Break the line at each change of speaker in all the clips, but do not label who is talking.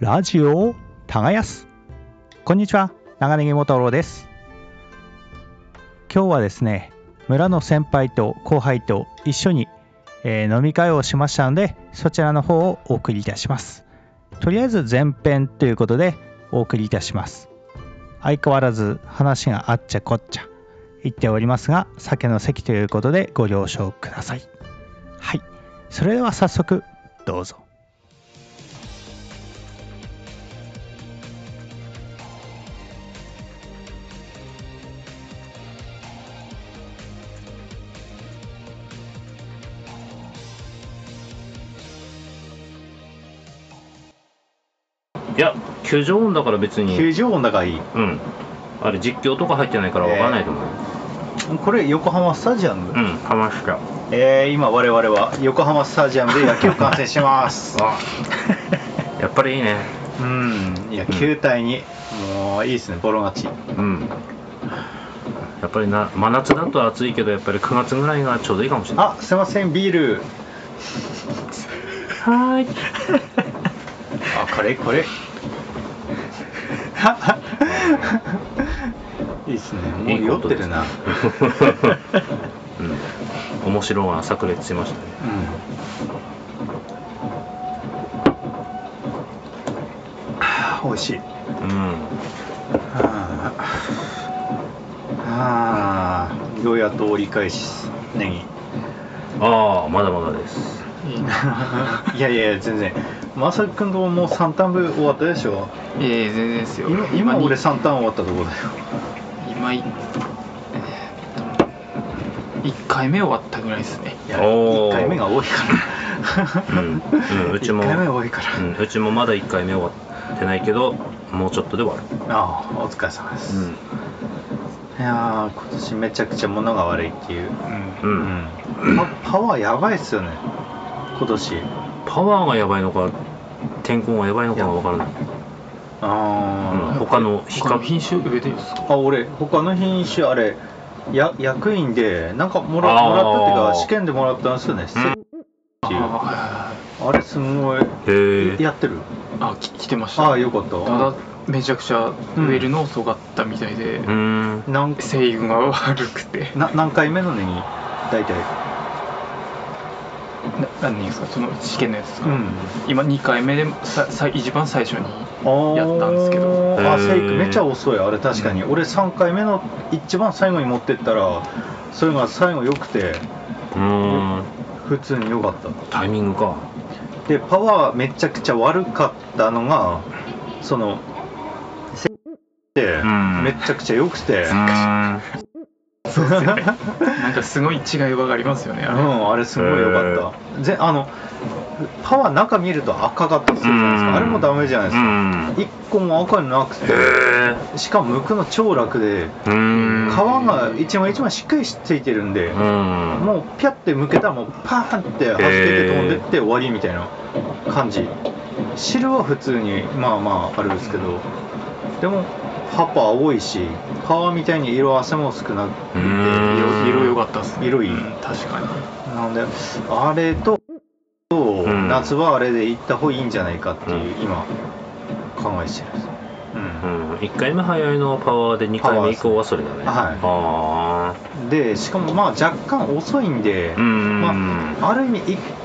ラジオを耕すこんにちは長ネギ元郎です今日はですね村の先輩と後輩と一緒に、えー飲み会をしましたのでそちらの方をお送りいたしますとりあえず前編ということでお送りいたします相変わらず話があっちゃこっちゃ言っておりますが酒の席ということでご了承くださいはいそれでは早速どうぞ
いや球場音だから別に
球場音だからいい
うんあれ実況とか入ってないからわからないと思う、
これ横浜スタジアム、
うんかました
えー今我々は横浜スタジアムで野球を観戦します
あやっぱりいいね
うんいや球体に、もういいですねボロ勝ち
うんやっぱりな真夏だと暑いけどやっぱり9月ぐらいがちょうどいいかもしれない
あすいませんビール
はーい
あこれこ れいいですねもう酔ってるない
い うん面白が炸裂しましたね
うんはあ美味しい
うん
はあはあようやっと折り返しネギ
ああまだまだです
いやいや全然まさきくんともう3ターン分終わったでしょ
いやいや全然ですよ
今今
に
俺3ターン終わったところだよ
今いえーっと1回目終わったぐらいですね
いや
お
1
ー
回目が多いか
う
ら
ん、うん、うちも
1回目多いから、
うん、うちもまだ1回目終わってないけどもうちょっとで終わる
ああお疲れ様です、いやー今年めちゃくちゃ物が悪いっていう、
う
うん
う
うん、
んパパワーやばいっすよね今年
パワーがやばいのか天候がやばいのかが分からない、うん
あ
他の比
他の
較
品種植えてるんですか
ー、あ俺他の品種あれや役員でなんかもら
あー
もらったっていうか試験でもらったんですよね、
うん
せっていう
あはいはいはい
あれすごい
へえ
やってる
あき来てました
ああよかった
ただめちゃくちゃ植えるの遅かったみたいで、
うん
何
生育が悪くて
な何回目のネギ大体
な何ですかその試験のやつですか、
うん
今2回目でささ一番最初に
あ
やったんですけど
あ
へー
セイクめっちゃ遅いあれ確かに、
う
俺3回目の一番最後に持ってったらそれが最後良くて
うん
普通に良かった
タイミングか
でパワーめちゃくちゃ悪かったのがそのセイクって
うん
めちゃくちゃ良くて、
うん
なんかすごい違い分かりますよね
う
あれ
ん、あれすごい良かった、ぜあのパワー中見ると赤かったりするじゃないですか、
うん
あれもダメじゃないですか、
うん
一個も赤になくて、
へ
しかも剥くの超楽で
えうん
皮が一枚一枚しっかりついてるんで、
うん
もうピャって剥けたらもうパーンってはじけて飛んでって終わりみたいな感じ汁は普通にまあまああるんですけどでも葉っぱ青いし皮みたいに色あせも少なく
うん
色色良かったですね
色いい
うん確かに
なのであれとと
うん
夏はあれで行った方がいいんじゃないかっていう今考えしてるんですうん
うん、1回目早いのはパワーで2回目以降はそれだね
パワーです
あ
でしかもまあ若干遅いんで、
あうん、
まあ、ある意味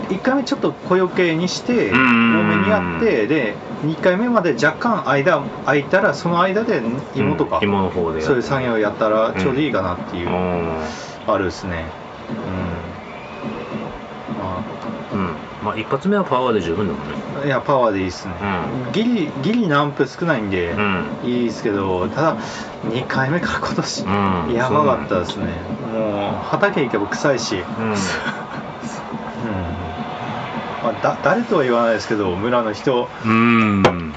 1, 回目ちょっと小よけにして多
うん
めにやってで2回目まで若干間空いたらその間で芋とか、
うん芋の方でやる
そういう作業をやったらちょうどいいかなっていう、
うん
あるですねうんま
うんまあ一発目はパワーで十分だもんね
あいやパワーでいいっすね、ギリギリナンプ少ないんで、
うん
いいですけどただ2回目から今年、
うん
やばかったですねもう畑行けば臭いし
うん
うんまあ、だ誰とは言わないですけど村の人、
うん うん
うん、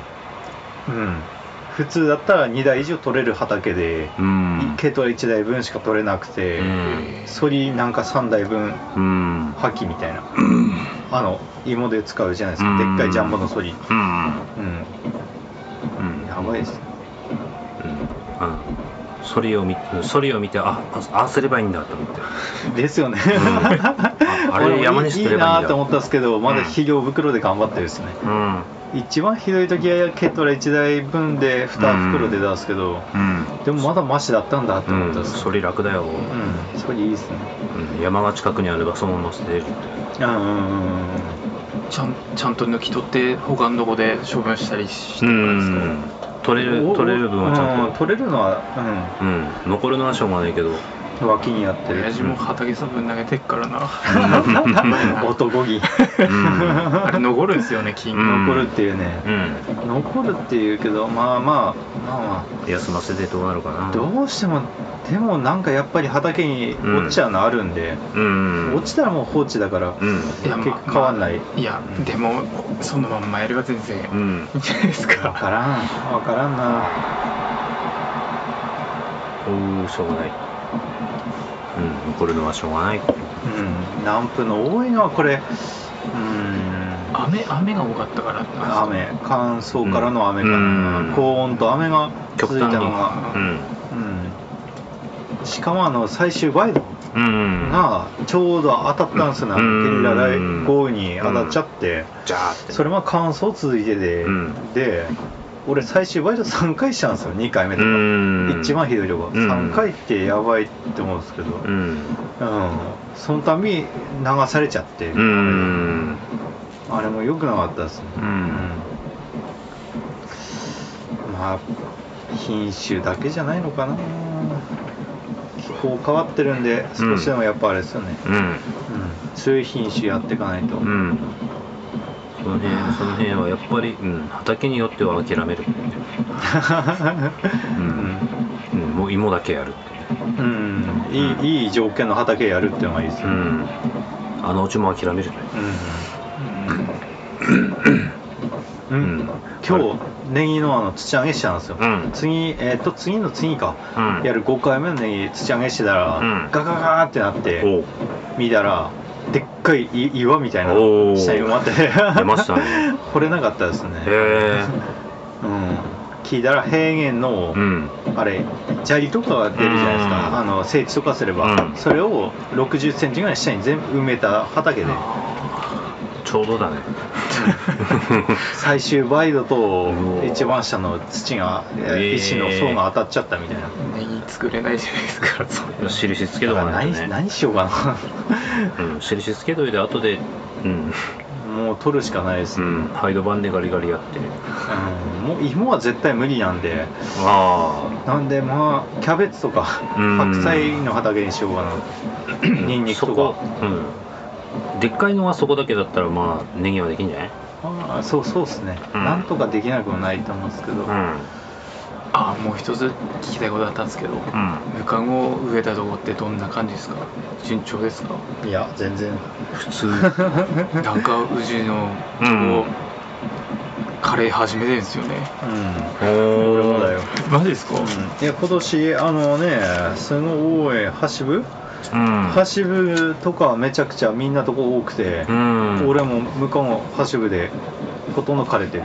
普通だったら2台以上取れる畑で、
うん
軽トラ1台分しか取れなくて、
うん
そりなんか3台分
うん
破棄みたいな、あの芋で使うじゃないですか、
うん
でっかいジャンボのそり、
うん
うん、
うん
やばいです
うんそれを見それを見てああああすればいいんだと思って
ですよね、
んああれ
俺も
山に捨 て
いい
ればいいんだ
なと思ったんですけどまだ肥料袋で頑張ってるですね、
うん
一番ひどい時は軽トラ1台分で2袋で出すけど、
うん
でもまだマシだったんだって
う
思
ん、
ったんです
それ楽だよ、
うん、それいいですね
うん山が近くにあればそのまま捨てれるって
うんうんうんうん
ちゃんちゃんと抜き取って他のとこで処分したりして
う
るんですか、
ん取れる
お
取れる分はちゃ
うんん
と
取れるのは、
うん残るのはしょうがないけど
うん、脇にやって
親
る
父も畑さぶん投げてっからな、
男気
うん
あれ残るんですよね金
うん
が、
残るっていうね、
う
残るっていうけどまあまあまあま
ん休ませてどうなるか
あ
な
どうしてもでもなんかやっぱり畑に落ちちゃうのあるんで、
うん
落ちたらもう放置だから、
うん
いや
結
ま
構変わんない、
いやでもそのまんまやれば全然い
うん
いんじゃないです
わ
か
からんわからんな
おおしょうがないうん残るのはしょうがない
うん南部の多いのはこれうん
雨雨が多かったからな
雨乾燥からの雨か
うんうん
な高温と雨が続い
極端
た
に
のが、
うん
うん、しかもあの最終バイド
うん
がちょうど当たったんですね、
うん
ゲリラ大豪雨に当たっちゃって、
じゃあって
それも乾燥続いてて、
うん
で俺最終バイト3回したんですよ2回目と
う
か、
ん
一番ひどいとこ、
うん
3回ってやばいって思うんですけど、う
うんん
そのたび流されちゃって、
うん
あれも良くなかったですね、
うん
まあ品種だけじゃないのかな気候変わってるんで少しでもやっぱあれですよね、
うん
うん強い品種やっていかないと、
うんその辺その辺はやっぱり、うん、畑によっては諦める、うんうん、もう芋だけやるっていう
うん、いいいい条件の畑やるってのがいいです
う
よ、うん
んあのうちも諦める
うんんうん、今日ネギのあの土上げしてたんですよ、
うん
次えっと次の次か、
うん
やる5回目のネギ土上げしてたら、
うん
ガガガーってなって
おう
見たらでっかいい岩みたいな
おー
下に埋まって
出まし たね
掘れなかったですね、
へえ
うん、聞いたら平原の、
うん
あれ砂利とかが出るじゃないですか、
うん
あの整地とかすれば、
うん
それを6 0センチぐらい下に全部埋めた畑で
ちょうどだね
最終バイドと
おー
一番下の土が
えー
石の層が当たっちゃったみたいな、
ネギ作れないじゃないですかそう
印つけ
だ
と
か
からないと
何
ね
何しようか
うん、印つけといて後でう
な
ん、
もう取るしかないです、
う
うん
ん、ハイドバンでガリガリやって
もう芋は絶対無理なんで
あ
なんでまあキャベツとか
うん
白菜の畑にしようかな
あ
ニンニクと
そこ
か
うんでっかいのはそこだけだったらまあネギはできんじゃない
あーそうそうですね、
うん
なんとかできなくもないと思うんですけど、
あもう一つ聞きたいことあったんですけど
うん、うん
ぬかごを植えたとこってどんな感じですか順調ですか
いや全然
普通
なんか宇治の
うん
こうカレー始めてるんですよね
うん
お
俺も
ー
だよ、
マジですか、
いや今年あのねすごい橋部
うん
橋部とかめちゃくちゃみんなとこ多くて
う、ん
俺も向こうも橋部でほとんど枯れてる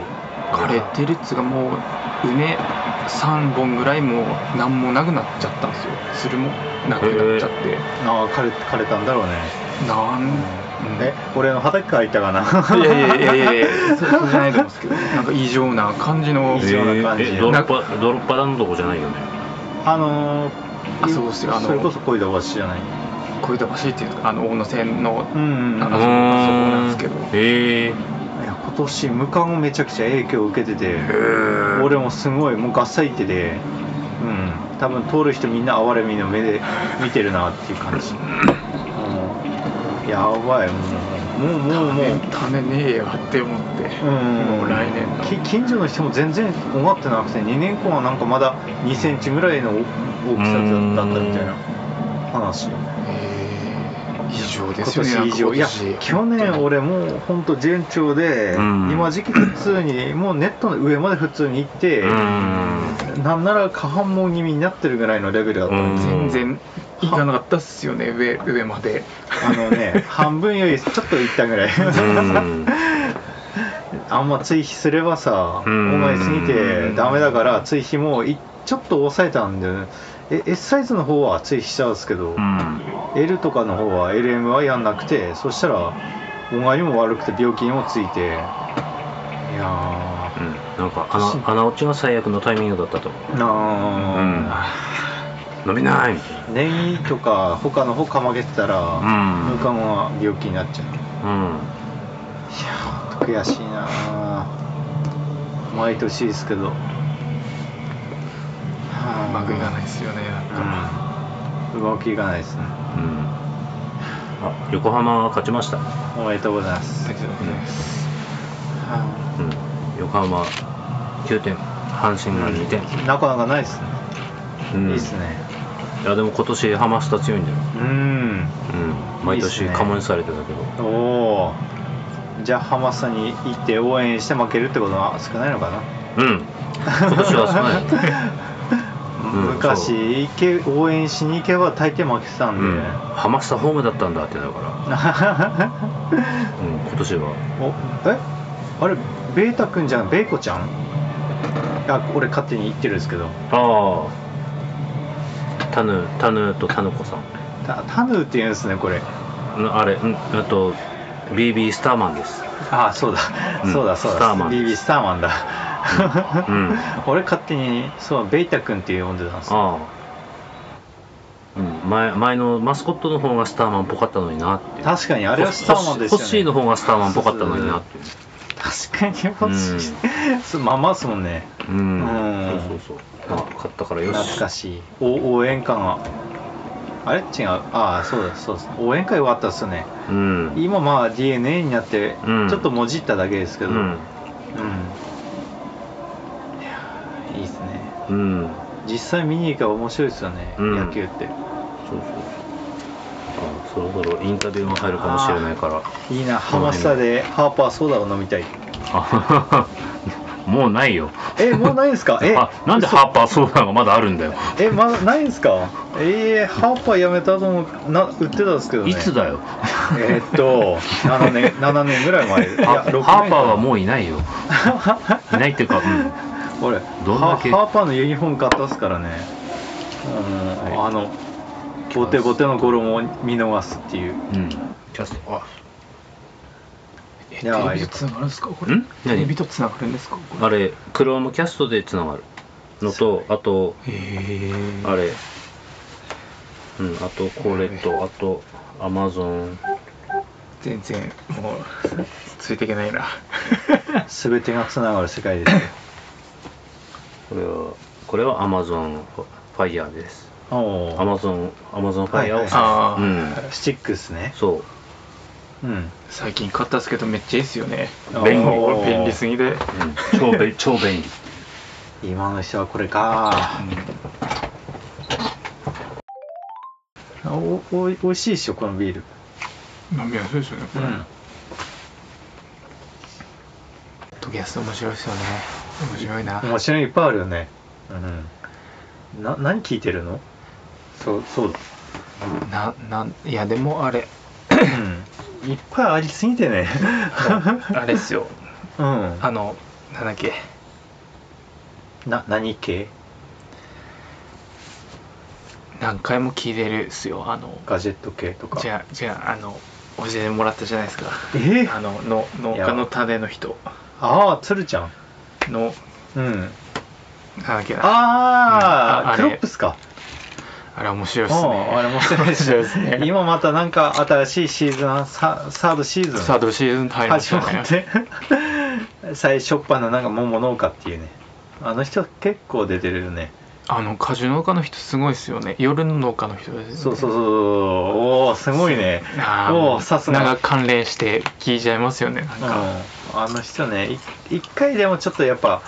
枯れてるっつうかもう梅3本ぐらいもう何もなくなっちゃったんですよつるもなくなっちゃって、
ああ枯れ枯れたんだろうね、
なん、
え俺の畑から行ったかな
いやいやいやいや いやそそうじゃないと思うんですけどなんか異常な感じの
異常な感じ
えーえドロッパドロッパダのとこじゃないよね
あの
あそうですよあの
それこそ恋でおばしじゃない
こういうとこしいっていうかあの大野線の
うんうんうん
あのそこなんですけど
うーんえー
いや今年無冠もめちゃくちゃ影響を受けてて俺もすごいもうガッサリっててうん多分通る人みんな哀れみの目で見てるなっていう感じ、うん、やばいもうもうもうもう
種ねえよって思って、
うん
もう来年の
き近所の人も全然おがってなくて2年後はなんかまだ2センチぐらいの大きさだったみたいな話
えー異常で
今
すよね
年以上いや去年俺もう本当順調で、
うん
今時期普通にもうネットの上まで普通に行って、
うーん
なんなら過半毛気味になってるぐらいのレベルだったんですよ、
全然行かなかったっすよね上上まで
あのね 半分よりちょっと行ったぐらい
うん
あんま追肥すればさ
う
思
ん
いすぎてダメだから追肥もいちょっと抑えたんでえ S サイズの方は追肥したんですけど、
うん、
L とかの方は LM はやんなくてそしたらおがりも悪くて病気にもついていや
うん、なんか穴穴落ちが最悪のタイミングだったと
ーなあ、
飲みないみたいな
ネギとか他の方かまげてたら、
ん
ムカゴは病気になっちゃう
うん
悔しいなあ毎年ですけど
うまくいかない
い
ですよねなんか
うんうまくいかないですね
うんあ横浜は勝ちました、
おめでとうございます
だけどね
は
うん、横浜9点阪神が2点、
いなかなかないですね、
うん
いいっすね
いやでも今年ハマスタ強いんだよ、
うん
うん、毎
い
年
いっすね
カモにされてたけど
おおじゃあハマスタに行って応援して負けるってことは少ないのかな
うん今年は 少ないうん
昔
そう
行け応援しに行けば大抵負けてた んで、
うん、ハマスタホームだったんだってなるから、うん、今年は
おえあれベータくんじゃんベイコちゃんあ俺勝手に言ってるんですけど
ああタヌタヌとタヌコさん
タタヌーって言うんですねこれ
うんあれうんあと BB スターマンです
あそうだ、
うん
そうだそうだ
スターマン
BB スターマンだ、
うんうん
俺勝手にそうベータくんって呼んでたんですよ
ああ、うん、前前のマスコットの方がスターマンっぽかったのになっていう
確かにあれはスターマンですよね
ホッシーの方がスターマンっぽかったのになっていう
確かに欲しい、そうまあまあっすもんね
うん、
うん
そうそうそうまあ勝ったからよし
懐かしいお応援歌があれ違うああそうだそうです応援会終わったっすよね
うん
今まあ DNA になって
うん
ちょっともじっただけですけ
う
ど、
ん
うんいやーいいですね
うん
実際見に行けば面白いですよね、
うん
野球って
そうそうそうあそろそろインタビューも入るかもしれない から
いいなハマスタでハーパーソーダを飲みたい
あもうないよ
えもうないんですか え
あなんでハーパーソーダがまだあるんだよ、
えまだないんですかえー、ハーパーやめたと思うな売ってたんですけどね
いつだよ
えーっと7年7年ぐらい前い
ハ
6年
ハーパーはもういないよいないっていうか、うん、
俺
どんだけ
ハハーパーのユニフォーム買ったっすからね、うん
はい
あのボテボテの衣を見逃すっていう
うん。キャスト。
え
いや
テレビとつながるんですかこれ
ん何
テレビとつながるんですかこれ
あれ、クロームキャストでつながるのと、あと、
へえ
あれ、うん、あと、これと、あと、アマゾン。
全然もう ついていけないな
全てがつながる世界 ですよ
これは、これはアマゾンファイヤーです。
お
ア
お
マゾン、アマゾンファイヤーを、
はい
あ
う
あ、
ん
スチックっすね
そ
うん
最近買ったっすけどめっちゃいいっすよね
便利
もう便利すぎ
う、う
で、
ん、超便超便利。
今の人はこれかおおいおいしいっしょこのビール
飲みやすいですよねこれ、時安面白いですよね面白いな
面白いのいっぱいあるよねうんな何聞いてるのそうそう
ななんいやでもあれ
いっぱいありすぎてね
あれっすよ
うん
あのなんだっけ
な何系
何回も聞いてるっすよあの
ガジェット系とか
じゃあじゃああの教えてもらったじゃないですか
えー
あのの農家の種の人
ああ鶴ちゃん
の
うん
なんだっけなあ
あ
うんあ
あ
あ
ク
れ
ロップスか
れ面白いっ
う
すね
んあれ面白いです
面白いっ
ね
す ね
今またなんか新しいシーズンササードシーズン
さあどうシーズン入りまし
始
た
ま
ね
って 最初っ端のなんか桃農家っていうねあの人結構出てるよね
あの果樹農家の人すごいっすよね夜の農家の人ですよね
そうそうそうおおすごいね
あ
お
あ
おさす
なん
が
か関連して聞いちゃいますよねなん
うん
か、
あの人ねい一回でもちょっとやっぱ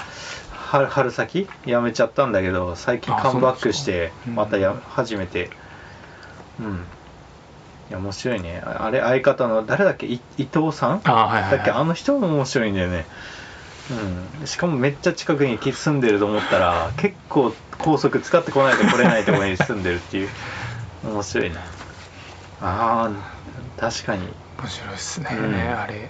春春先やめちゃったんだけど最近
あ
カムバックして
そう
ま
なんです
た
かうん
や始めてうんいや面白いねああれ相方の誰だっけい伊藤さん
ああはいは
だ
い、
っけ
は
あの人も面白いんだよねうんしかもめっちゃ近くに住んでると思ったら結構高速使ってこないと来れないところに住んでるっていう 面白いなあー確かに
い、面白いっすね、
うん
あれ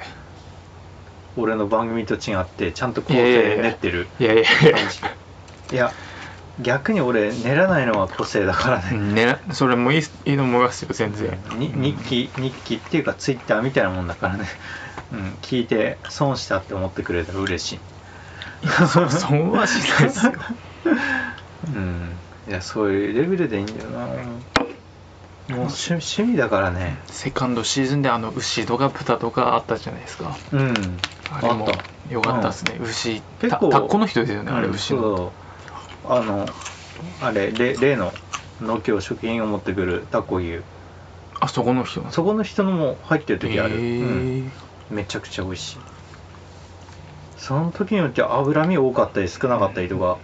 俺の番組と違ってちゃんと構
いやいや
成
いや
練ってる
いやいやいや
感じいや逆に俺練らないのは個性だからね、
ねそれもいいいいのもがすよ全然
に日記日記っていうかツイッターみたいなもんだからね、うん、聞いて損したって思ってくれたら嬉しい、
そ損はしないですよ
うん、いやそういうレベルでいいんだよなもう趣趣味だからね
セカンドシーズンであの牛とか豚とかあったじゃないですか
うん
あれも
あっ
よかったですね、牛
結
た
構
たっこの人ですよねあれ
うん
牛の、
そうあのあれれ例の農協食品を持ってくるタコ牛
あそこの人なんです
そこの人のも入ってる時ある、
へー
うんめちゃくちゃ美味しいその時によっては脂身多かったり少なかったりとか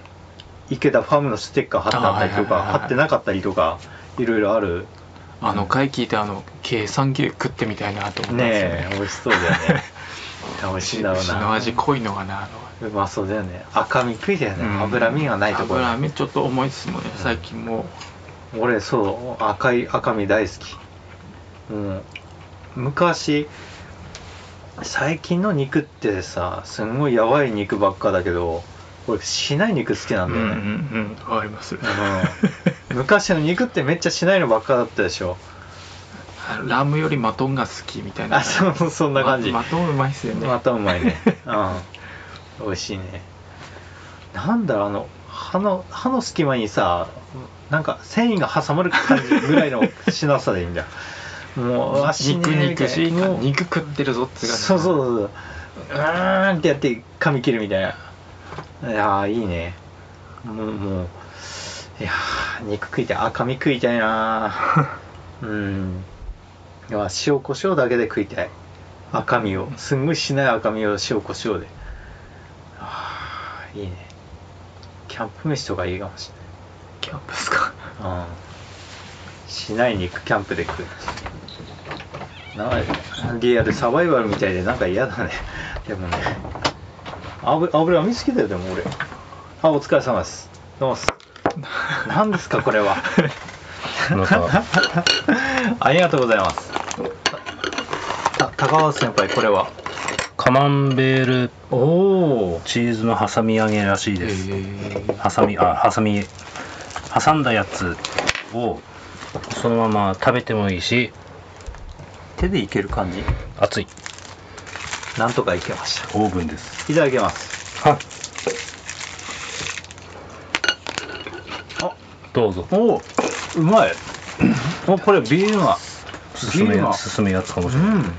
池田ファームのステッカー貼ってあったりと
あーはいはい
か
はいはい
貼ってなかったりとかいろいろある
あの回聞いてあの計算機で食ってみたいなと思ったんですよね
ねえ美味しそうだよね美味しいんだろう
牛の
な
味濃いのがなあの
うまそうだよね赤身食いだよね、
うん
脂身がないところ
脂身ちょっと重いですもんね最近も
俺そう赤い赤身大好きもう昔最近の肉ってさすんごいやばい肉ばっかだけど俺しない肉好きな
うんん
だ
う
よね、
んうんわかります
うん昔の肉ってめっちゃしないのばっかだったでしょ
ラムよりマトンが好きみたいな
あそうそうそんな感じ
ま
ま
マトンうまいっすよね
たうま いねうん美味しいねなんだろうあの歯の歯の隙間にさなんか繊維が挟まる感じぐ らいのしなさでいいんだもううわしね
肉肉しい
みたいなもう
肉食ってるぞって感じ
そうそうそううーんってやって噛み切るみたいないやーいいねもうもういやー肉食いたい赤身食いたいな ーうんいや塩コショウだけで食いたい赤身をすんごいしない赤身を塩コショウであーいいねキャンプ飯とかいいかもし
キャンプっすか
れない、うん、しない肉キャンプで食うなんかリアルサバイバルみたいでなんか嫌だね でもね油油網好きだよでも俺あお疲れ様ですどうもっす 何ですかこれ は
なんか
ありがとうございますた高橋先輩これは
カマンベール
おお
チーズの挟み揚げらしい
へ
です
ー
挟みあ挟み挟んだやつをそのまま食べてもいいし
手でいける感じ
熱い
なんとかいけました
オーブンです
いただきます
はいどうぞ
おおうまいおこれビールが
進
ビール
め
が
進めやつかも
う
しれない、
ん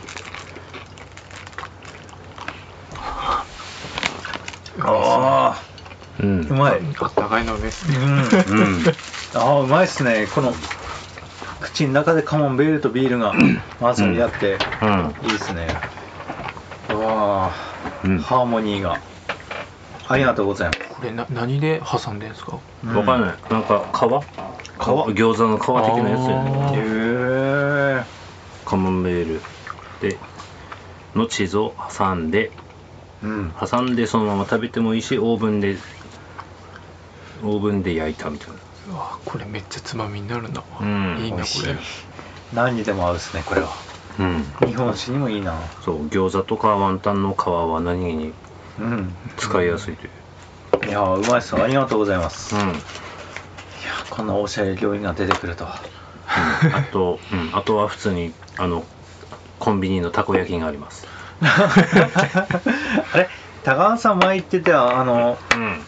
あ
うん
ーうまい、うん、
あったかいのですね
うん
あーうまいっすねこの口の中でカモンベールとビールが混ざり合って、
うん
いいですねうわあ
うん
ハーモニーがありがとうございます
これな何で挟んでんすか
わかんないなんか皮皮餃子の皮的なやつやね
あ
へえ
カマンベールでのチーズを挟んで
うん
挟んでそのまま食べてもいいしオーブンでオーブンで焼いたみたいな
うわこれめっちゃつまみになるな、
うん
い
美
いなこ
味しい
れ
何にでも合うですねこれは
うん
日本酒にもいいな
そう餃子とかワンタンの皮は何気に
うん
使いやすいという
いやーうまいっすありがとうございます、
う
い
ん、
やーこんなおしゃれ料理が出てくると は
あと、うん、あとは普通にあのコンビニのたこ焼きがあります
あれ高橋さん前言ってたあの
うん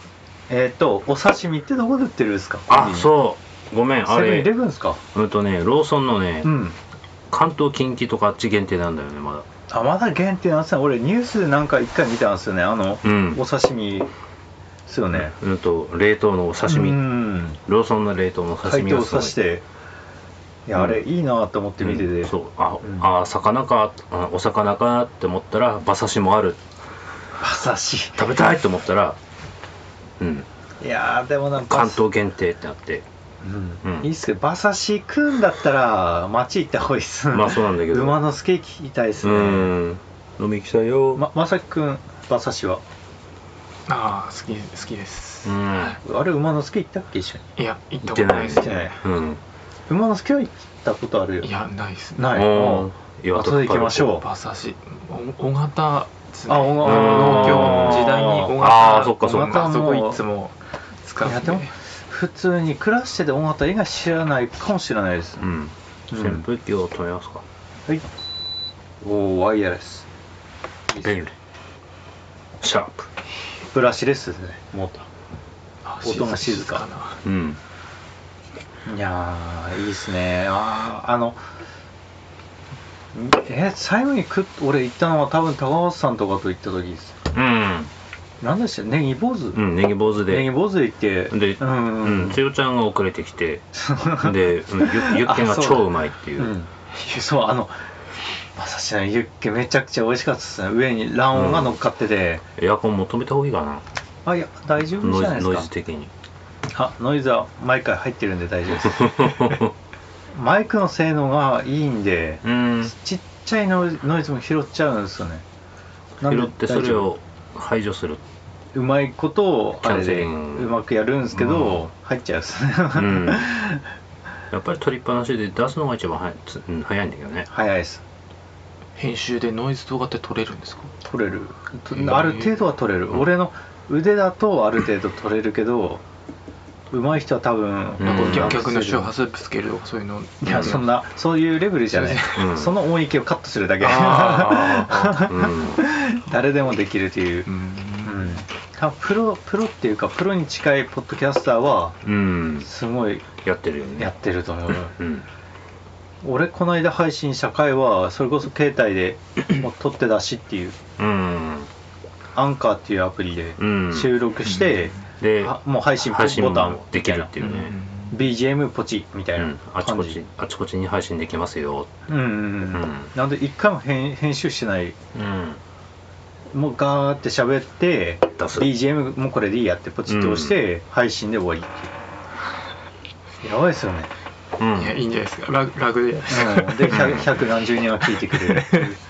えっ、とお刺身ってどこで売ってるんですか
あ
う
そうごめんあ
セブンイレ
れ
ブンですか
うんとねローソンのね
うん
関東近畿とかあっち限定なんだよねまだ
あまだ限定なんですね俺ニュースでなんか一回見たんですよねあの、
うん
お刺身ですよね
うんと冷凍のお刺身、
うん
ローソンの冷凍のお刺
解
身
凍
がすご
さ
い
していや、
うん
あれいいなと思って見てて、
うんそうあ、
うん
あ魚かあお魚かって思ったら馬刺しもある
馬刺し
食べたいと思ったらうん
いやーでもなんか
関東限定ってなって
う
うん
ん、いいっすけど馬刺し食うんだったら町行った方がいいっすね
まあそうなんだけど
馬のスケーキいたいっす
う
ね
ん飲み行きたいよ、
ままさきくん馬刺しは
ああ好き好きです、
うん
あれ馬のスケ行ったっけ一緒に
いや行ったことないです
行ってない
ね
うん
馬のスケは行ったことあるよ
いやないですね
ない
うん
い
岩戸
後で行きましょう
馬刺しお尾形ですね
あ尾形
農業の時代に尾形
あーそっかそっ
か
あそこいつも使
いうや
ん
で
で
も普通に暮らしてて思った映画知らないかもしれないです、
うん
うん
扇風機を止めますか
はいおおワイヤレス
便利シャープ
ブラシレスですねモータ
あ
音が静か
な
うん
ーいやーいいですねあーあのんえ最後に食っ俺行ったのは多分高橋さんとかと行った時です
うん
何でしたネギ坊主
うんネギ坊主
ネギ
で
坊主で行って
で
う
うん
うん
ん、つよちゃんが遅れて きてで、うん、ユッユッケが
あそう、
超うまいっていううん
そうあのまさしのユッケめちゃくちゃ美味しかったですね上に卵黄が乗っかってて、
エアコンも止めた方がいいかな
あいや大丈夫
ノ
じゃない
イ
です
ズノ
か
イズ的に
あノイズは毎回入ってるんで大丈夫です マイクの性能がいいんで
うん
ちっちゃいノイノイズも拾っちゃうんですよねなんで
拾ってそれを排除する
うまいことをあれ
キャンセ
で
リ
う
ング
まくやるんですけど、入っちゃうですね、
うんやっぱり取りっぱなしで出すのが一番はやつうん早いんだけどね
早いです
編集でノイズ動画って撮れるんですか
取れると
うん
ある程度は取れる、
うん
俺の腕だとある程度取れるけど上手い人は多分、
うん
なんか逆
うん
逆の周波数ぶつけるとかそういうの
いやそんなそういうレベルじゃない、
うん
その音域をカットするだけ
あ
うん
誰でもできるという
う、ん
うん、多分プロプロっていうかプロに近いポッドキャスターは
うん
すごい
やってるよね
やってると 思う、
うん
俺この間配信した回はそれこそ携帯でもう撮って出しっていう
うん
アンカーっていうアプリで
うん
収録して、
で
あもう配信
配信も
ボタンを
できるっていう
う
ね
BGM ポチみた
う
いなん
あち
感
こ
じ
ち、あちこちに配信できますよ
うんうんうん
うん
なんで一回も編編集してない
うん
もうガーって喋って
出す
BGM もこれでいいやってポチッと押して配信で終わりっていう、やばいですよね、
うん
いやいいんじゃないですかラグラグ
う
で
ん、で100 100何十人は聞いてくれる、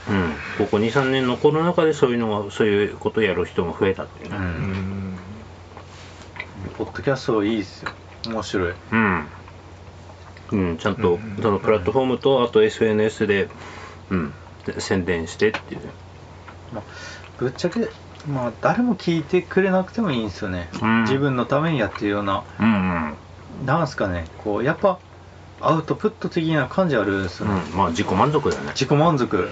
うん、ここ23年のコロナ禍でそういうのがそういうことをやる人が増えたって いう
う
ね
ん、
ん
ポッドキャストいいですよ面白い
うん、うん、ちゃんと
うん
そのプラットフォームとあと SNS で、うん、で宣伝してっていう
ぶっちゃけまあ誰も聞いてくれなくてもいいんですよね、
うん
自分のためにやってるような
うん
なんすかねこうやっぱアウトプット的な感じあるんです
う
よね、
ん、まあ自己満足だよね
自己満足、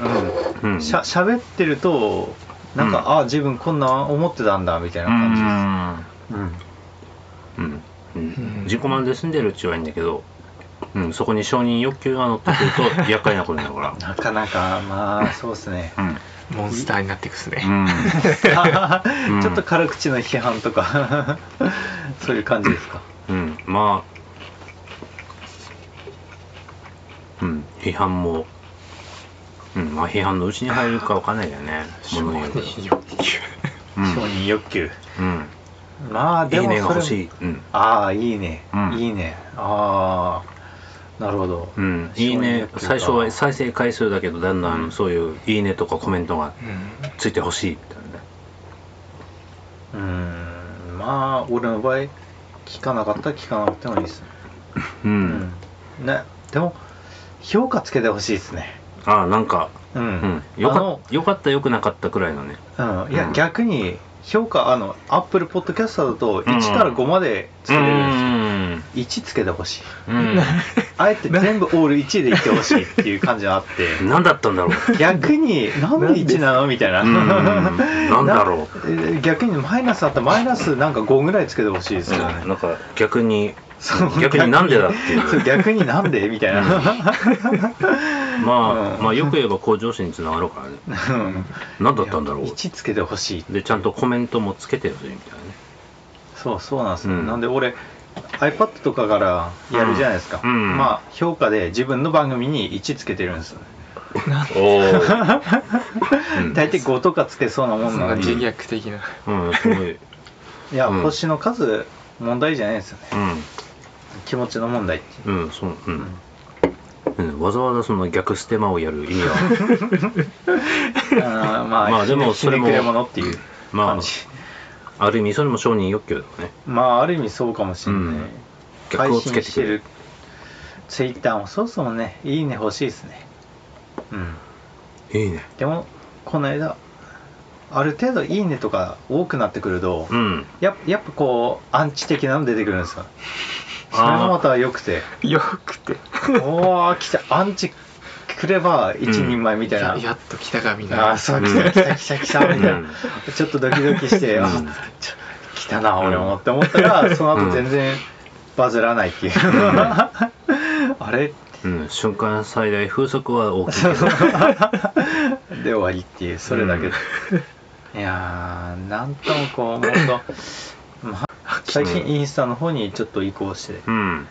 うん
うん
しゃ喋ってるとなんか、
うん
ああ自分こんな思ってたんだみたいな感じです、
うんうんうん
うん
自己満で住んでるうちはいいんだけど、うん、そこに承認欲求が乗ってくると厄介なことになるか
なかなかまあそうですね
らうん
モンスターになっていくっすね、
うん ん
ちょっと辛口の批判とか そういう感じですか
うん、まあ、うん、批判も、うん、まあ批判のうちに入るかわかんないけどね、物 によっては
承認欲求
承認欲求
うん、
まあ
うん、い
で
い
も
ねが
それ
欲しい、うん、
ああいいね、
うん
いいねああなるほど、
うん、いい
承認
ね
欲、求か
最初は再生回数だけど、だんだんそういういいねとかコメントが
う
ついてほしいみたいなね。
うーんまあ俺の場合聞かなかったら聞かなくてもいいですね,、
う、
うんねでも評価つけてほしいですね
ああ、なんか、
う
うん
ん、、
よ
あ
か
の
よかった、よくなかったくらいのね。
うん、いや、
うん
逆に評価あのアップルポッドキャスターだと1から5までつ
う
けれるんですよ、
ん、
1つけてほしい
うん、
あえて全部オール1でいってほしいっていう感じがあって
なんだったんだろう。
逆になんで1なのみたいな
うん、なんだろう。
な逆にマイナスだったらマイナスなんか5ぐらいつけてほしいですよね、
なんか逆に
そう
逆になんでだってい
そう
う
逆になんでみたいな、
まあ、
うん
まあよく言えば向上心につながるからね
うん
何だったんだろう
1つけてほしい
でちゃんとコメントもつけてるみたいなね
そうそうなんですよ、
うん
なんで俺 iPad とかからやるじゃないですか、
うんうん
まあ評価で自分の番組に1つけてるんですよね、
お
大体5とかつけそうなも
ん
ん
そん
な
な
のに、
自
い
虐的な
おうんすごい
や、
うん
星の数問題じゃないですよね
う
気持ちの問題ってい
んうんそううん、うん、わざわざその逆ステマをやる意味は
うあーまあ、
まあでもそれも
ひねくれ者っていう
まあ
感じ、
ある意味それも承認欲求だよね
まあ、ある意味そうかもしれない、
うん逆をつけてくれる
ツイッターもそろそろねいいね欲しいですねうん
いいね
でもこの間ある程度「いいね」とか多くなってくると、
うん
ややっぱこうアンチ的なの出てくるんですよそれがまた良く て
よくて
おお来たアンチくれば一人前みたいな、
ややっと来たかみん
あ
な
あそう来た来た来た来たみたいな、
うん
ちょっとドキドキして、
うん
あちょ来たな俺もって思ったらその後全然バズらないっていう、 あれ
うん、瞬間最大風速は大きいけど
で終わりっていうそれだけで、いやーなんともこう もっと、まあ、最近インスタの方にちょっと移行して
うん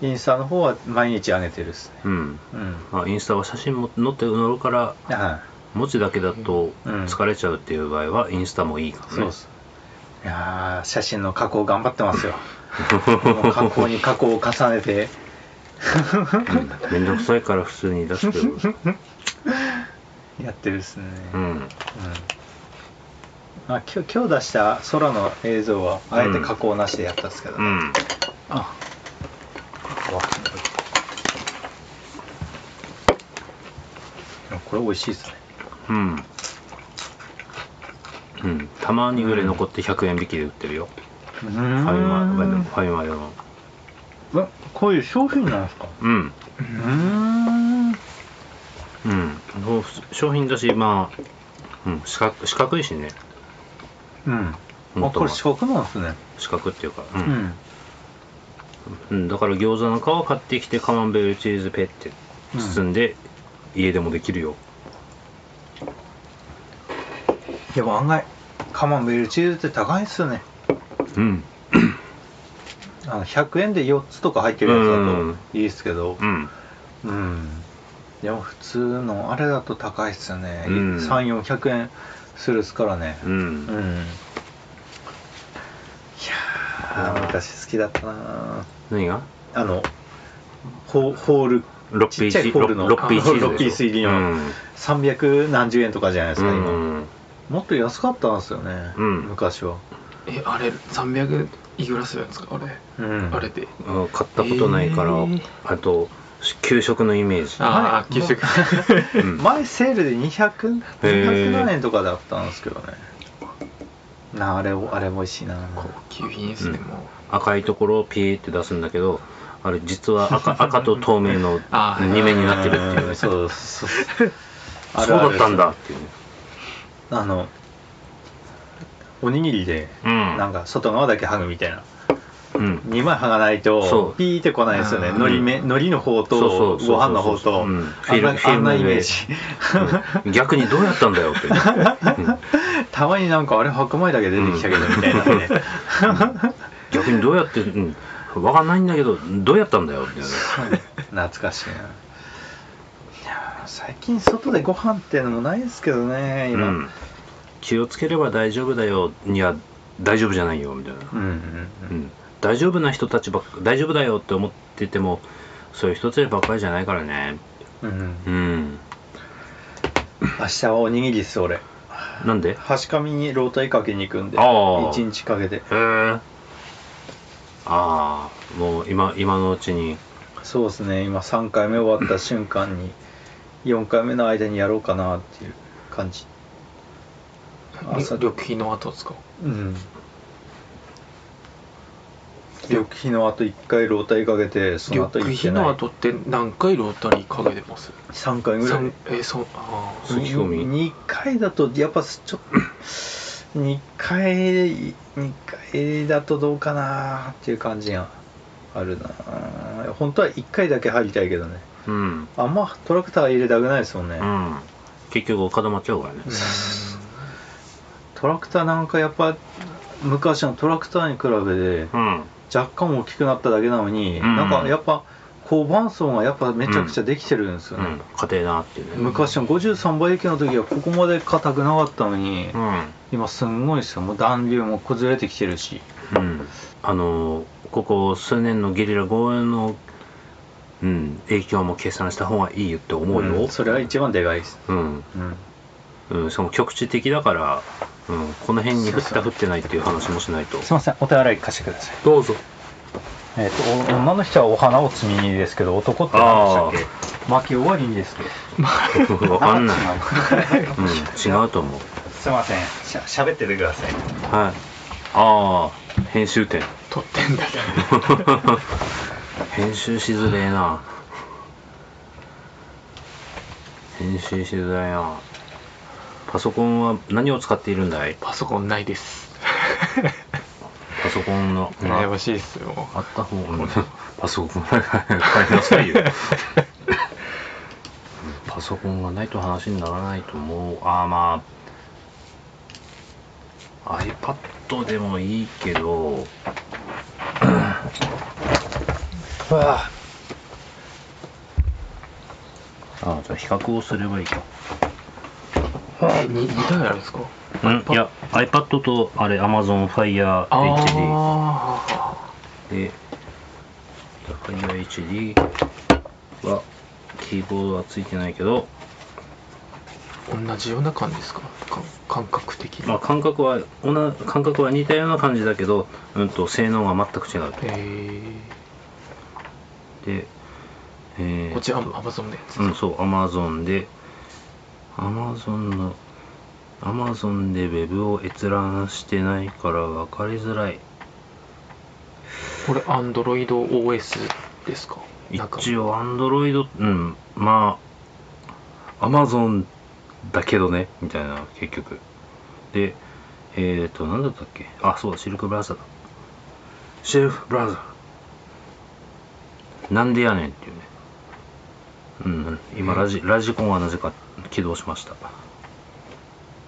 インスタの方は毎日上げてるっすね
うん
うん
まあインスタは写真も載って乗るから
は
文字だけだと
うん
疲れちゃうっていう場合はインスタもいい
い
からね
そうっすいやー写真の加工頑張って ますよもう加工に加工を重ねて
うんめんどくさいから普通に出してる
やってるっすね
うん
うんまあ、今日今日出した空の映像はあえて加工なしでやったんですけど、
うん
あこれ美味しいですね
うんうん、たまに売れ残って100円引きで売ってるよ、
う
ファミマ
ん
ファミマ用の
こういう商品なんですか
うん
うーん
うんそう商品だしまあ、うん、四角四角いしね
うんあこ
元は
れ四角なんですね
四角っていうか
う
うん、うん、だから餃子の皮を買ってきてカマンベールチーズペって包んで、家でもできるよ
でも案外カマンベールチーズって高いっすよね
うん
あの100円で4つとか入ってるやつ
う
だ
ん
といいっすけど
うん
うん、でも普通のあれだと高いっすよね、
うん
3400円するっすからね
う
うん
ん、
いやー昔好きだったな
何が
あのホホール
ロッ
ち
ピ
っ
ー
ち
チ
ゃいホールの
ロッピーチーズ
あのロッピース入りの
うん
300何十円とかじゃないですか、
う
今
ん
もっと安かったんですよね、
うん
昔は、
えあれ300いくらするんですかあれ、
うん、
あれで
うん買ったことないから、
えー
あと給食のイメージ
ああ
前
給食
うん
前セールで200
へー
207円とかだったんですけどねなああれあれも美味しいな
高級品ですね、
うん
もう
赤いところをピーって出すんだけどあれ実は赤赤と透明の
あー
二面になってるっていうねそう
そうそう
そうだったんだっていうね
あのおにぎりで
うん
なんか外側だけ剥ぐみたいな
うん
2枚剥がない
そ
と
う
ピーってこないですよね
あー
海苔め海苔の方とご飯の方と
うんフ
あ
ィ
ん
ル
な
フィ
あ
ル
ん
ム
な
で
イメージ
うん逆にどうやったんだよってね
たまになんかあれ白米だけ出てきたけどみたいな ね
逆にどうやって、うん、わかんないんだけどどうやったんだよっていうね
懐かしいないやー最近外でご飯ってのもないですけどね
う
今
ん、気をつければ大丈夫だよいや大丈夫じゃないよみたいな、
うんうんう
うんん、大丈夫な人たちばっか大丈夫だよって思っててもそういう人たちばっかりじゃないからね
うん
うん
明日はおにぎりです俺
なんで
端紙にロータイかけに行くんで
あー
1日かけて
へえああもう今今のうちに
そうですね今3回目終わった瞬間に4回目の間にやろうかなっていう感じ
り
朝
緑肥の後ですか
うん緑肥の後1回ロータイかけてその
緑
後行って
肥
ない
の後って何回ロータリーかけてます
3回ぐら
三
い
えー、そうああ
そう聞き込み
2回だとやっぱちょっと2回2回だとどうかなっていう感じがあるな本当は1回だけ入りたいけどね
うん
あんまトラクター入れたくないですもんね、
うん結局固まっちゃうからね
トラクターなんかやっぱ昔のトラクターに比べて
うん
若干大きくなっただけなのに、
うん
なんかやっぱ交番層がやっぱめちゃくちゃできてるんです
う
よね、
ん家庭なっていうね
昔の53倍駅の時はここまで硬くなかったのに、
うん
今すんごいですよもう暖流も崩れてきてるし
うん、あのここ数年のゲリラ豪雨の、うん、影響も計算した方がいいよって思うよ、
んそれは一番でかいです、
うん
うん、
うん、しかも局地的だから、うん、この辺に降った降ってないっていう話もしないと
すいませんお手洗い貸してください、
どうぞ
えー、とお女の人はお花を摘みにですけど男って何でした っけ巻き終わりにですけど
分かんない、
違う
うん、違うと思う
すいませんしゃ喋っててください
はいああ編集点
撮ってんだけ
編集しづれえな編集しづらいなパソコンは何を使っているんだい
パソコンないです。
パソコンの
羨ましいですよ。
あった方が、パソコン買いなさい よ。パソコンがないと話にならないと思う。ああまあ、iPad でもいいけど、ああ、じゃあ比較をすればいいか。
え、に二台あるんですか。
うん、いや、iPad とあれ、Amazon Fire
あ
HD。
あ
で、高い HD はキーボードはついてないけど、
ー、同じような感じですか。か感覚的に。
まあ、感覚はおな感覚は似たような感じだけど、うん、と性能が全く違うと。
えー、
で、えー
こっちアマアマゾンのやつ。
うん、そう、Amazon で、Amazon の、Amazon で Web を閲覧してないから分かりづらい。
これアンドロイド OS ですか。なんか
一応、Android、うん、まあ、Amazon だけどね、みたいな、結局。で、えっ、ー、と、なんだったっけあ、そうだ、シルクブラザーだ。シルクブラザー。なんでやねんっていうね。うん、今ラジ、ラジコンはなぜか起動しました。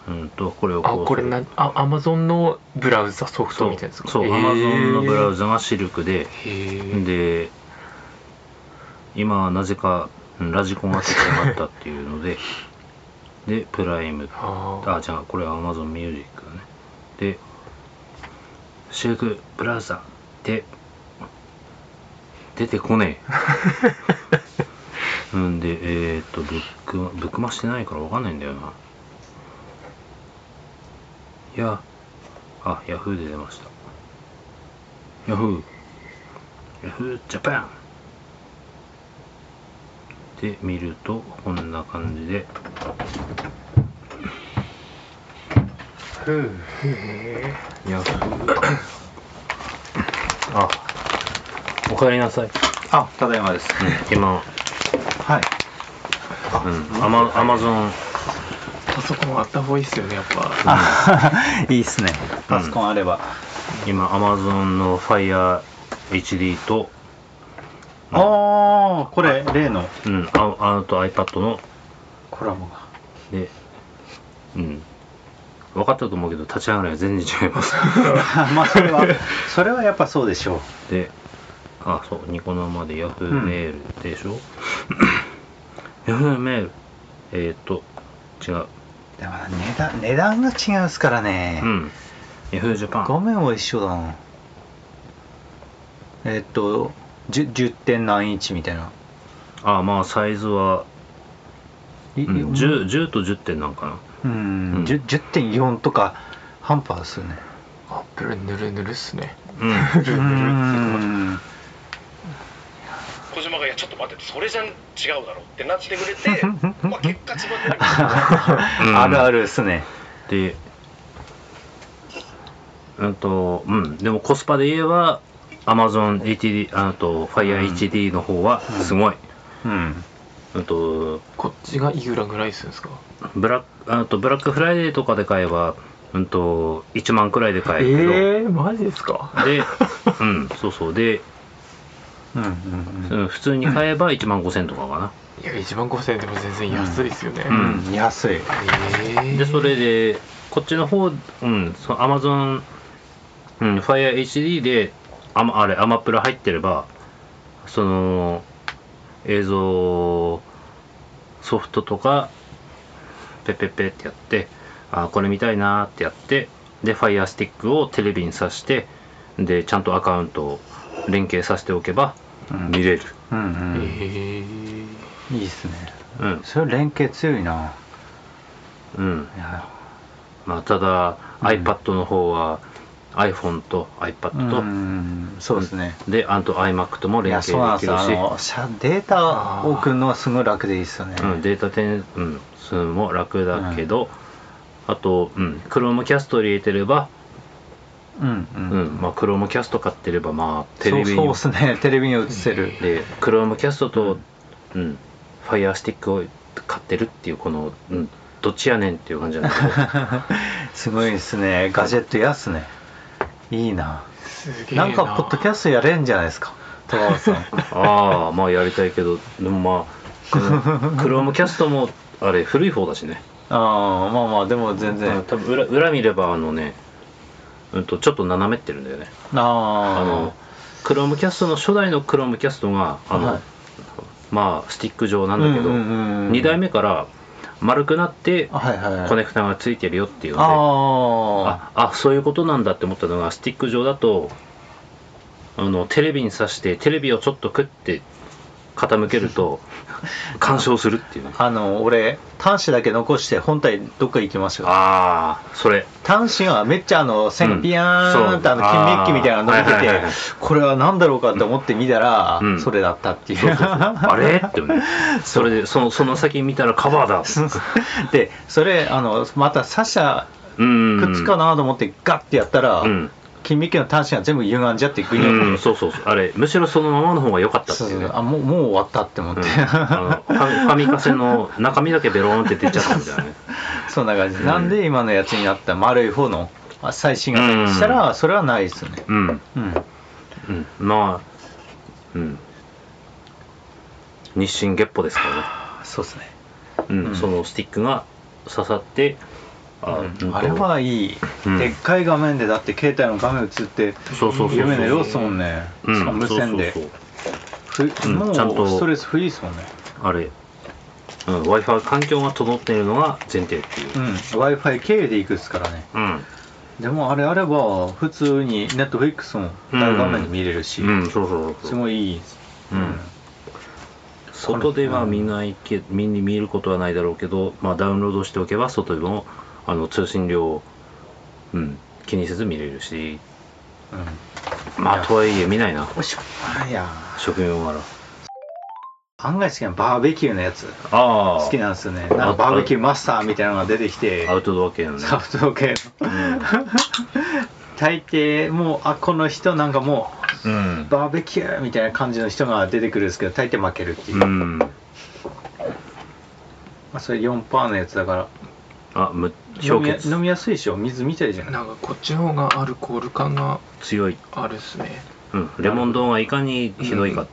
うんと、これを
あ、
う
これな、あ、アマゾンのブラウザソフ
そ
ト
う
みたいなやつか。
そう、
えー
Amazon のブラウ。ザがシルクで、
へー
で今はなぜかうんラジコンが来てしまったっていうので でプライム
あー
あじゃあこれは Amazon ミュージックだねでシェイクブラウザで出てこねえうんでえーっとブックブックマしてないからわかんないんだよないやあヤフーで出ましたヤフーヤフージャパンで見るとこんな感じで
へ
ヤフーあおかえりなさい
あただいまです
今、
はい
うん、アマアマゾン
ーパソコンあった方がいいですよね、やっぱ。
あ いいっすねパソコンあれば、
今アマゾンの FireHD と、
ああこれ例の
うん、ああと iPad の
コラボが
で、うん、分かったと思うけど立ち上がりは全然違います
まあそれはそれはやっぱそうでしょう
であそうニコ生で Yahoo
うん
メールでしょ、Yahoo メールえっ、と違う
でもな値段値段が違うっすからね、
うん。Yahoo ジャパ
画
ン。
面は一緒だなえっと 10, 10点何インチみたいな、
あ、まあサイズは、
い
うん、10, 10と10点なんか
うん
うん
10 10.4とか半端ですよね
アップルぬるぬるっすね。
な。
ぬ
うん。
う
るぬるっすね。
ん
小島が「いやちょっと待って」それじゃ違うだろうってなってくれてまあ結果自分でなんか
あるあるですね
で、うんと、うん。でもコスパで言えば、Amazon HD、あと Fire HD の方はすごい。
うん
うんと、
こっちがいくらぐらいするんですか
ブラック、あとブラックフライデーとかで買えば、うんと、1万くらいで買えるけど、
ー、マジですか
で、うん、そうそう。で、
うんうん
うん普通に買えば1万5千とかかな。
いや、1万5000円でも全然安いですよね。
う
うんん、うん、安い
えー
でそれでこっちの方うんその Amazon うん FireHD であまあれアマプラ入ってればその映像ソフトとかペペペってやってあこれ見たいなーってやってで Fire スティックをテレビに挿してでちゃんとアカウントを連携させておけば
うん
見れる、
うんう
え
ん
ー、
いいっすね
うん
それ連携強いな
うん
いや
まあ、ただ、
うん
iPad の方は iPhone と iPad と、
うんそうですね、
で、あと iMac とも
い
連
やそうな
携
んで
ですきる
あ
し、
のしゃデータを送るのはすごい楽でいいですよね
うん、データ転うん、数も楽だけど、あと、うん、クロームキャスト入れてれば、
うんう、
うんん、まあ、クロームキャスト買ってれば、まあ、テ
そ
レ
う
ビに
そう
も
っすねテレビに映せる
で、クロームキャストと、うん、ファイヤースティックを買ってるっていう、この、うん、どっちやねんっていう感じじゃな いけど
すごいですねガジェットやっすねいいな
すげえ
なんかポッドキャストやれんじゃないですか高橋 さん
ああ、まあ、やりたいけど、でもまあ、クロームキャストも、あれ、古い方だしね。
ああまあまあでも全然
うん多分裏裏見れば、あのね、うんと、ちょっと斜めってるんだよね。あ
あ
の、クロームキャストの初代のクロームキャストが、あの、
はい
まあ、スティック状なんだけど、
うんうんうん
2代目から丸くなって
あ、はいはいはい
コネクタがついてるよっていうので、
あ
ああそういうことなんだって思ったのが、スティック状だと、あのテレビに挿して、テレビをちょっとくって傾ける と、干渉するっていうね。
ああの俺端子だけ残して本体どっか行きましたよ
ああ、 それ。
端子がめっちゃあの線がビヤーンって
う
あ
ん
の
そう
金メッキみたいなの伸びて
あーはいはい
て
はい
これは何だろうかって思って見たら
うん
それだったっていう
そうそうそうあれってね。それで、そのその先見たらカバーだ。
でそれあのまたサシャ
うん。
くっつかなと思ってガッてやったら、
うん。
金メッキの端子が全部歪んじゃってグニョって、
うん、そうそうそうあれむしろそのままの方が良かったって
そう
い
そうう
ね
あもうもう終わったって思 って、
うんあのフ ァミファミカセの中身だけベローンって出ちゃったみたいなね
そんな感じ、なんで今のやつになった丸い方のあ最新型にしたら、それはないですね
うん
うん
うんまあうん日清月歩ですか
そうですね、
らね、うん
うん
そのスティックが刺さってあ,、うん
うん
と
あれはいい、
うん
でっかい画面でだって携帯の画面映って
そうそうそうそう
夢のようっすもんね、
うん
しかも無線で
そうそう
ふ
うん
もう
ちゃんと
ストレスフリーですもんね
そうあれ、うん、w i f i 環境が整っているのが前提っていう
うん w i f i 経由で行くっすからね
うん、
でもあれあれば普通にネットフリックスも大画面で見れるし、
うん、そうそうそう
すごいいい、
うん外では見ないけ見に見ることはないだろうけど、まあ、ダウンロードしておけば外でもあの通信量を、うん、気にせず見れるし
うんい
まあ
や
とはいえ見ないな
おいしょあいやー
職業柄
案外好きなのバーベキューのやつ
ああ
好きなんですよねなんかバーベキューマスターみたいなのが出てきて
アウトドア系のね
サフト系の大抵もうあこの人なんかも
う
う
ん
バーベキューみたいな感じの人が出てくるんですけど大抵負けるっていう、
う
ま
ん
あ、それ4パーのやつだから
あむ
飲
氷
みや
結
飲みやすいでしょ水みたいじゃない
なんかこっちの方がアルコール感が
強い、
あるっすね
うん、レモン丼はいかにひどいか、
うん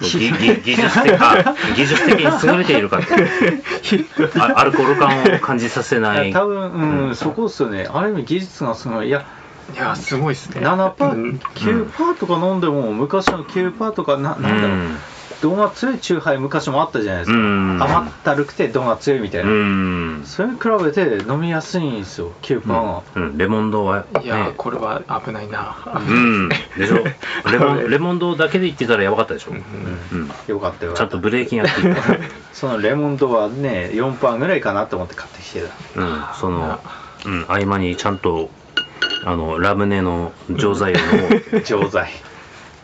ぎぎ技術的 あ技術的に優れているかってあアルコール感を感じさせないい
や多分、うん
うん
そこっすよねある意味技術がすごいいや
いやすごいっすね
7パ
うん
ー、9パーとか飲んでも昔の9パーとかななんだろう、度が強いチューハイ昔もあったじゃないです
う
か、
ん
甘ったるくて度が強いみたいな、
うん
それに比べて飲みやすいんですよ9パーが、
うん、レモンドは、ね、
いやこれは危ないな
うん、でしょレモ ンレモンドだけで言ってたらやばかったでしょ、う
うん
ん
よかったよ
ちゃ
か
ん
っ
と
た
ブレーキがついてた、
そのレモンドはね4パーぐらいかなと思って買ってきてた
うん、その、うん、合間にちゃんとあのラムネの錠剤を飲も
錠剤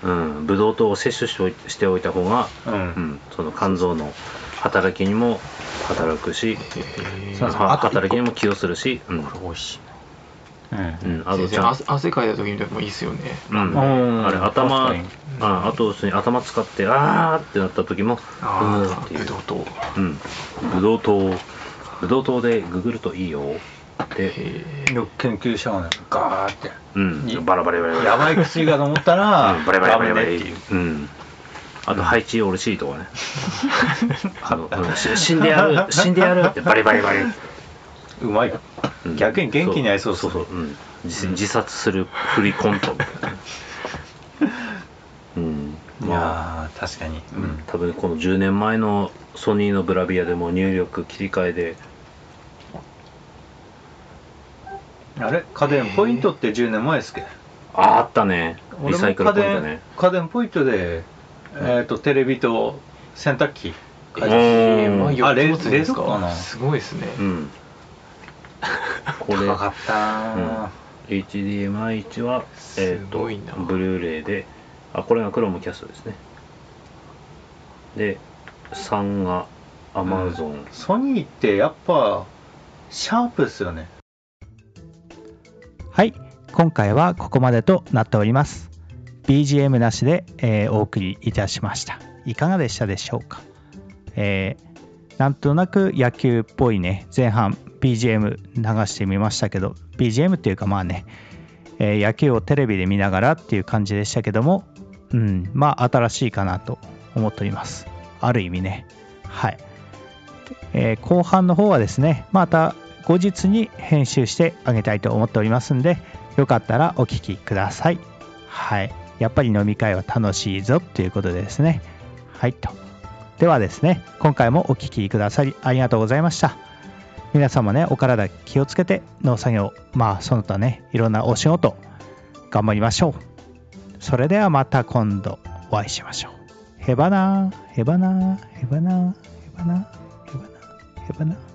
う、うん、ブドウ糖を摂取しておいしておいた方が、
うん、
うん、その肝臓の働きにも働くし、
へ
そう
ー
そう
は働きにも寄与するし、うん
これ美味しいね
う
うん
ん、あと
先
ち
生
ゃん
汗汗かいた時にでもいいっすよね
うん、
うん
あれ頭、
確か
う
に
ん、あと普通に頭使ってあーってなった時もうー
あ
んっ
あ
てい
ブ
う
ドウ糖
うんブドウ糖ブドウ糖でググるといいよで、
へえ
よく研究者がねガーって
うん、バラバラバラバラ
やばい薬かと思ったら、
うん、バラバラバラ
ダ
バラ
メねっていう
うんあと配置オルシーと かねあのうんし死んでやる死んでやるってバリバリバリ、
うまい、
うん
逆に元気になりそうっす
そう
ね
そうそう、うん、自自殺するフリコントみたい なねうん
い
まあ
やー確かに、うん
多分この10年前のソニーのブラビアでも入力切り替えで
あれ家電ポイントって10年前ですけど
ああったねリ
俺
サイ
も
ク
家
ルポイントね
電家電ポイントで、えー、とテレビと洗濯機
お
えーまあ
ー
あ冷
4つ持つんです
冷蔵庫かな
かすごいですね
うん これ
高かったなあ、
HDMI1 はえっ、
すごいな
とブルーレイであこれがクロムキャストですねで3が Amazon、
ソニーってやっぱ
シャープですよね
はい今回はここまでとなっております BGM なしで、えーお送りいたしましたいかがでしたでしょうか、えーなんとなく野球っぽいね前半 BGM 流してみましたけど BGM っていうかまあね、えー野球をテレビで見ながらっていう感じでしたけどもうんまあ新しいかなと思っておりますある意味ねはいえー後半の方はですねまた後日に編集してあげたいと思っておりますんでよかったらお聞きくださいはいやっぱり飲み会は楽しいぞということでですねはいとではですね今回もお聞きくださりありがとうございました皆様ねお体気をつけて農作業まあその他ねいろんなお仕事頑張りましょうそれではまた今度お会いしましょうへばなへばなへばなへばなへばなへばなへばな